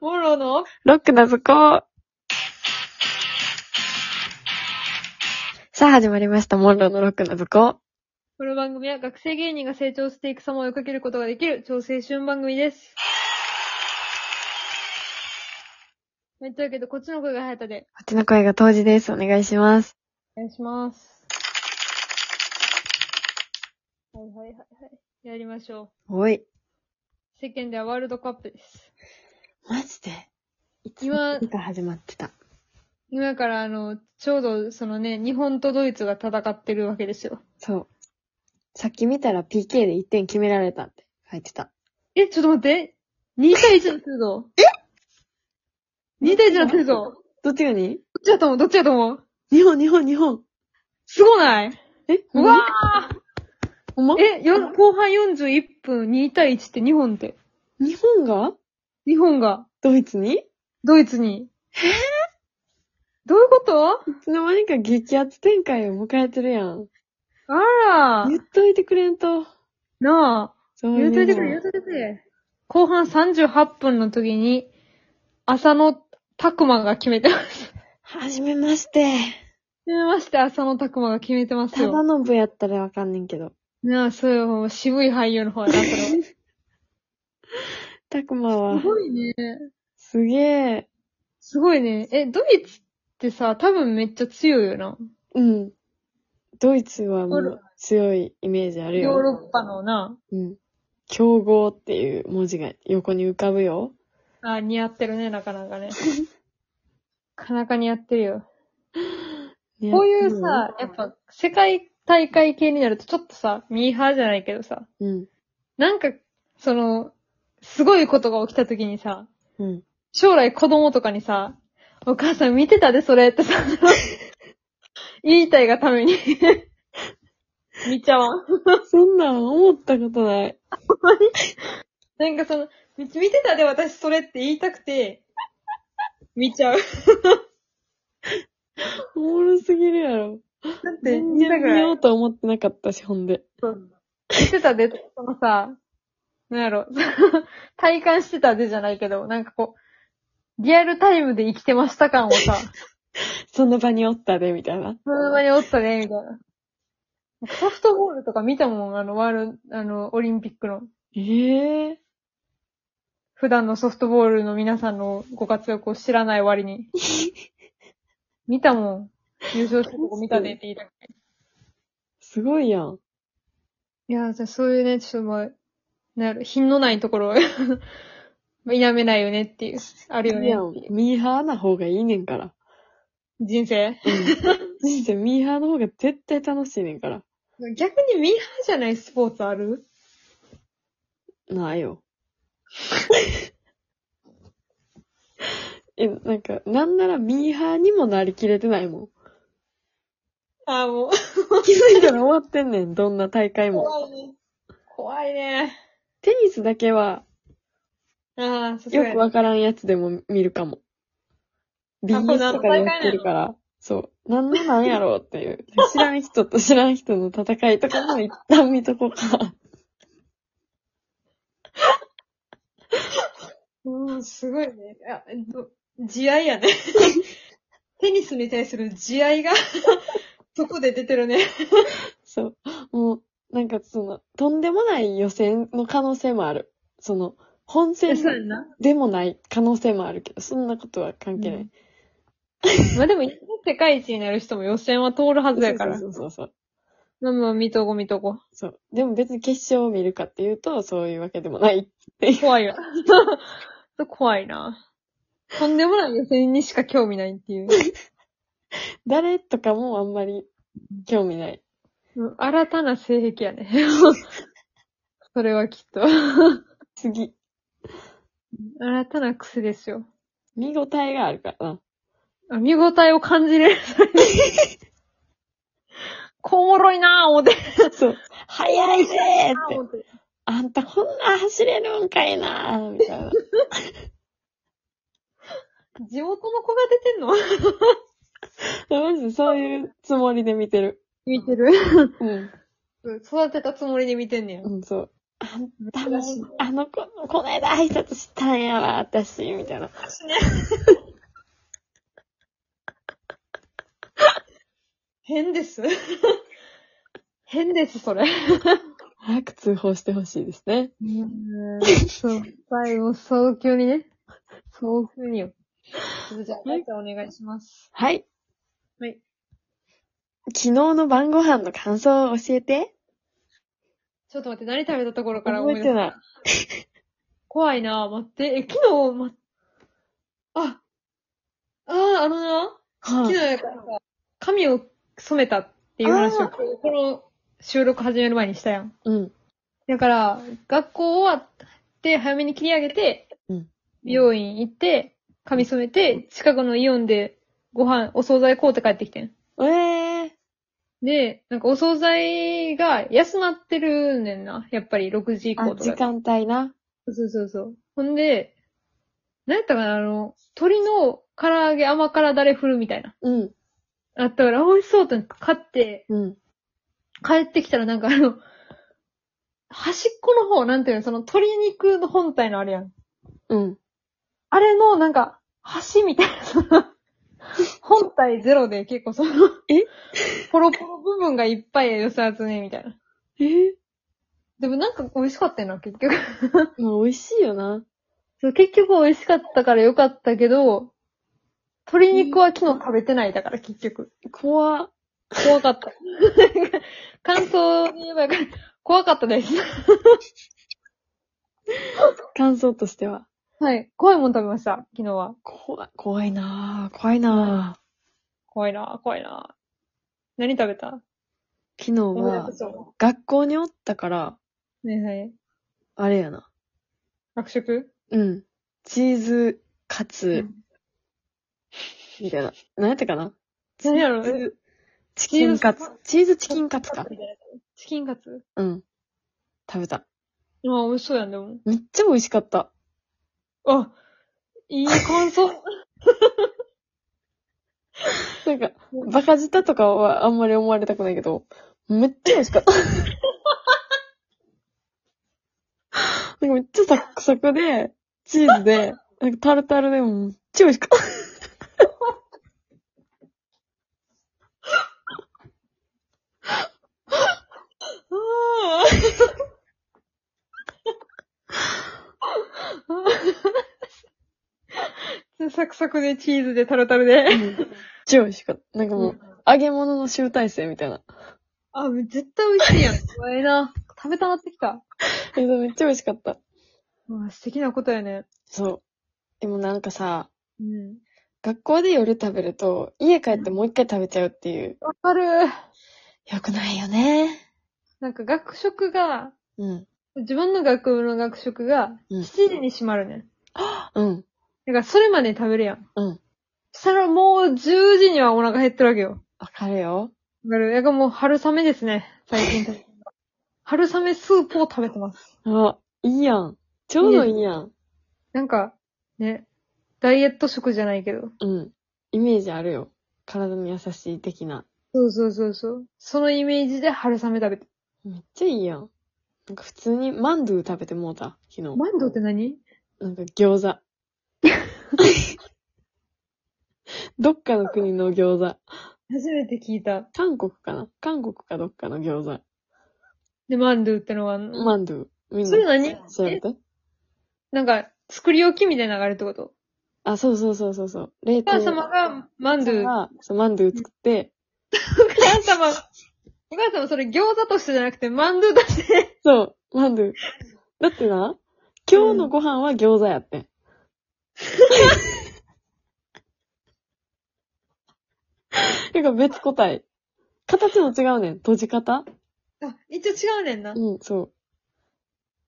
モロのロックな図工。さあ、始まりました。モンローのロックな図工。この番組は学生芸人が成長していく様を追いかけることができる超青春番組です。はい、というわけで、こっちの声が早田で。こっちの声が当時です。お願いします。お願いします。はいはいはいはい。やりましょおい。う。世間ではワールドカップです。マジで今、が始まってた。今からあの、ちょうどそのね、日本とドイツが戦ってるわけですよ。そう。さっき見たら PK で1点決められたって書いてた。え、ちょっと待って。2対1だってるぞ。え ?2 対1だってるぞ。どっちがにどっちだと思うどっちだと思う日本、日本、日本。すごないえうわぁほんまえ、よ、後半41分2対1って日本って。日本が日本が、ドイツにドイツに。えどういうこといつの間にか激アツ展開を迎えてるやん。あら言っといてくれんと。なあ。そう言うといてくれ、日言う本といてくれ。後半38分の時に、浅野拓磨が決めてます。はじめまして。決めまして、浅野拓磨が決めてますただよ。の部やったらわかんねんけど。なあ、そういう渋い俳優の方やな、これは。すたくまは、ごいね。すげえ。すごいね。え、ドイツってさ、多分めっちゃ強いよな。うん。ドイツはもあるう強いイメージあるよ。ヨーロッパのな、うん。強豪っていう文字が横に浮かぶよ。あ、似合ってるね、なかなか ね。なかなか似合ってるよ。ねこういう、さ、やっぱ、世界大会系になるとちょっとさ、ミーハーじゃないけどさ、うん。なんか、その、すごいことが起きた時にさ、うん。将来子供とかにさ、お母さん見てたでそれってさ、 言いたいがために、 見ちゃわん。そんなん思ったことない。なんかその、み見てたで私それって言いたくて、見ちゃう。だおもろすぎるやろ。っ全然見ようと思ってなかったし、ほんで。してたで、そのさ、なんやろ、 体感してたでじゃないけど、なんかこう、リアルタイムで生きてました感を さ、その場におったで、みたいな。その場におったね、みたいな。ソフトボールとか見たもん、あの、ワール、あの、オリンピックの。ええ普段のソフトボールの皆さんのご活躍を知らない割に。見たもん。優勝したとこ見た でって言いたくてすごいやん。いや、じゃあそういうね、ちょっとまあ、なんやろ、品のないところを まあ否めないよねっていう、あるよいいねやんっていう。ミーハーな方がいいねんから。人生人生ミーハーの方が絶対楽しいねんから。逆にミーハーじゃないスポーツあるないよ。 え、なんか、なんならミーハーにもなりきれてないもああ、もう。ん。気づいたら終わってんねん、どんな大会も。怖いね。怖いね。テニスだけは、ああ、さすよがくに。わからんやつでも見るかも。あこれ BS とかでやってるから、そう。なんのなんやろうっていう。知らん人と知らん人の戦いとかも一旦見とこうか。うん、すごいね。あ、ど、慈愛 やね。テニスに対する慈愛が、 そこで出てるね。そう。もう、なんかその、とんでもない予選の可能性もある。その、本戦んな。でもない可能性もあるけど、そんなことは関係ない。うんまあでも、世界一になる人も予選は通るはずやから。そうそうそうまあまあ、見とこ見とこ。そう。そう。でも別に決勝を見るかっていうと、そういうわけでもないっていう。怖いわ。 怖いな。とんでもない予選にしか興味ないっていう。誰とかもあんまり興味ない。うん新たな性癖やね。 それはきっと。次。新たな癖ですよ。見応えがあるからな。 あ見応えを感じれる。 こうおもろいなぁ、思って。そう。早いぜーって。って。あんたこんな走れるんかいなーみたいな。地元の子が出てんのマジでそういうつもりで見てる。見てる。うん。育てたつもりで見てんねやう。ん、そう。あんたも、あの子、こないだ挨拶したんやわ、私、みたいな。変です。変です、それ。早く通報してほしいですね。そう、最後、早急にね。早急によ。ちょっとじゃあ、大ちゃんお願いします。はい。はい。昨日の晩ご飯の感想を教えて。ちょっと待って、何食べたところから思い覚出えすてない。怖いなぁ、待って。え、昨日、ま、あ、ああ、あのな、は昨日い。やからさ、髪を染めたっていう話あを、この収録始める前にしたやん。うん。だから、学校終わって、早めに切り上げて、うん美容院行って、髪染めて、近くのイオンでご飯、お惣菜買うて帰ってきてん。えー。で、なんかお惣菜が安なってるねんな。やっぱり6時以あ、降時とか。間帯な。そうそうそう。ほんで、なんやったかな、あの、鶏の唐揚げ甘辛だれ振るみたいな。うん。あったから、美味しそうと思って買って、うん。帰ってきたらなんかあの、端っこの方、なんていうの、その鶏肉の本体のあれやん。うん。あれの、なんか、端みたいな、 その、本体ゼロで結構その、えポロポロ部分がいっぱい寄せ集めみたいな。えー、でもなんか美味しかったよな、結局。まあ、美味しいよな。そう、結局美味しかったから良かったけど、鶏肉は昨日食べてないだから、結局。怖っ。怖かった。 感想で言えばよかった怖かったです。感想としては。はい。怖いもん食べました、昨日は。怖い、怖いなぁ。怖いな怖いなぁ、怖いなぁ。何食べたぁ。昨日は、学校におったから、ねえ、はい。あれやな。学食うん。チーズ、カツ、みたいな。何やったかな何やろチーズチキンカツ。チーズチキンカツか。チキンカツうん。食べた。まあ、美味しそうやん、でも。めっちゃ美味しかった。あ、いい感想。 なんか、バカ舌とかはあんまり思われたくないけど、めっちゃ美味しかった。なんかめっちゃサックサクで、チーズで、なんかタルタルでもめっちゃ美味しかった。あーサクサクでチーズでタルタルで。めっちゃ美味しかった。なんかもう、揚げ物の集大成みたいな。あ、もう絶対美味しいやん。怖いな。食べたなってきた。えめっちゃ美味しかった。うわ素敵なことやね。そう。でもなんかさ、うん。学校で夜食べると、家帰ってもう一回食べちゃうっていう、わかる。良くないよね。なんか学食が、うん。自分の学部の学食が、うん7時に閉まるねん。うん。だからそれまで食べるやん。うん。したらもう10時にはお腹減ってるわけよ。わかるよ。わかる。だからもう春雨ですね。最近 食べてるのは春雨スープを食べてます。あ、いいやん。ちょうどいいやん。なんか、ね、ダイエット食じゃないけど。うん。イメージあるよ。体に優しい的な。そうそうそうそう。そのイメージで春雨食べて。めっちゃいいやん。なんか普通にマンドゥ食べてもうた、昨日。マンドウって何なんか餃 子。どっかの国の餃子。初めて聞いた。韓国かな韓国かどっかの餃子。で、マンドゥってのはあんの、マンドゥ。みんそれな何調べて。なんか、作り置きみたいなのがあるってことあ、そうそうそうそうそう。冷お母凍。様がマンドゥ。おがそうマンドゥ作って、母様、お母様それ餃子としてじゃなくてマンドゥとして。 そう、マンドゥ。だってな、今日のご飯は餃子やってん。 なんか別個体。形も違うねん。閉じあ、方一応違うねんな。うん、そう。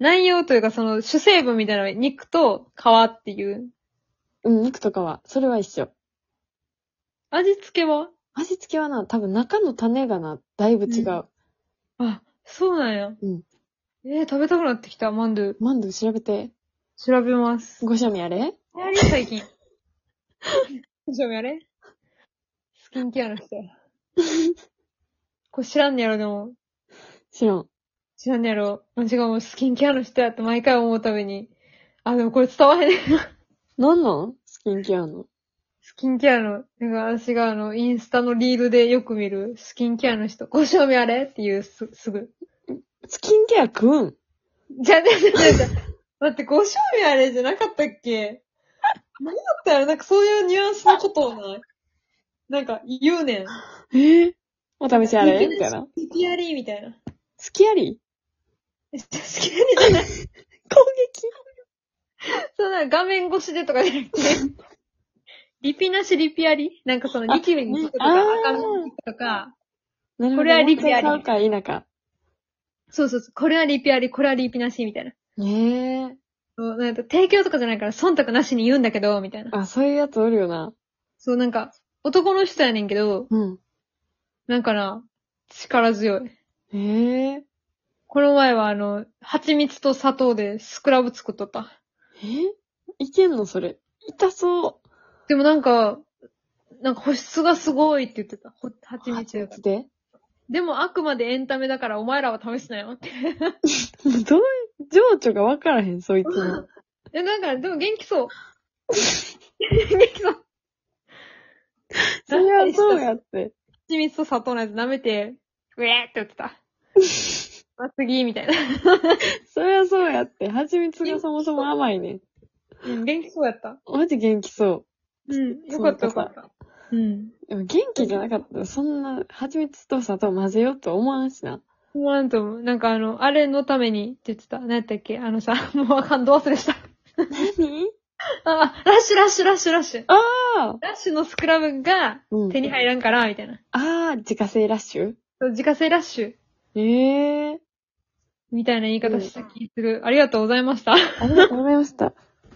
内容というかその主成分みたいなのは肉と皮っていう。うん、肉とかは。それは一緒。味付けは味付けはな、多分中の種がな、だいぶ違う。あ、そうなんや。うんえー、食べたくなってきた、マンドゥ。マンドゥ調べて。調べます。ご賞味あれ流行り最近。大丈夫やれス キンケアの人や。これ知らんねやろ、でも。知らん。違うねやろ。しかもスキンケアの人やって毎回思うたびに。あ、でもこれ伝わへんね。 なんなんスキンケアの。スキンケアの、なんか私があの、インスタのリールでよく見るスキンケアの人、ご賞味あれっていうす、すぐ。スキンケア食うんじゃあ、じゃあ、じゃあ、じゃあ待って、ご賞味あれじゃなかったっけ何だったやろなんかそういうニュアンスのことをな、なんか言うねん。えー、お試しあれみたいな。スキアリーみたいな。スキアリスキアリーじゃない。攻そうな、画面越しでとかじゃなく て。リピなしリピアリなんかそのニキビに効くとあか、ね赤目に効くとか。撃なるほど。これはリピアリもう一回買うかそうそうそう。これはリピアリ、これはリピなしみたいな。否か。ええそうなんか提供とかじゃないから忖度なしに言うんだけど、みたいな。あ、そういうやつおるよな。そうなんか、男の人やねんけど、うん。なんかな、力強い。ええこの前はあの、蜂蜜と砂糖でスクラブ作っとった。えいけんのそれ。痛そでもなんか、なんか保湿がすごいって言ってた。ほう。蜂蜜やつで。でもあくまでエンタメだからお前らは試すなよって。どういう、情緒がわからへん、そいつの。え、なんか、でも元気そう。 元気そう。そりゃそうやって。蜂蜜と砂糖のやつ舐めて、ウェーって言ってた。ま次、みたいな。そりゃそうやって。蜂蜜がそもそも甘いねん。うん、元気そうやった。マジ元気そうん、よかったよかった。うん。う。でも元気じゃなかったら、そんな蜂蜜と砂糖混ぜようと思わんしな。思わんと思う。なんかあの、あれのためにって言ってた。何やったっけあのさ、もう感動忘れした。何あ、ラッシュラッシュラッシュラッシュ。あラッシュのスクラブがうん手に入らんから、みたいな。あー、自家製ラッシュそう自家製ラッシュええみたいな言い方した気する。ありがとうございました。ありがとうございました。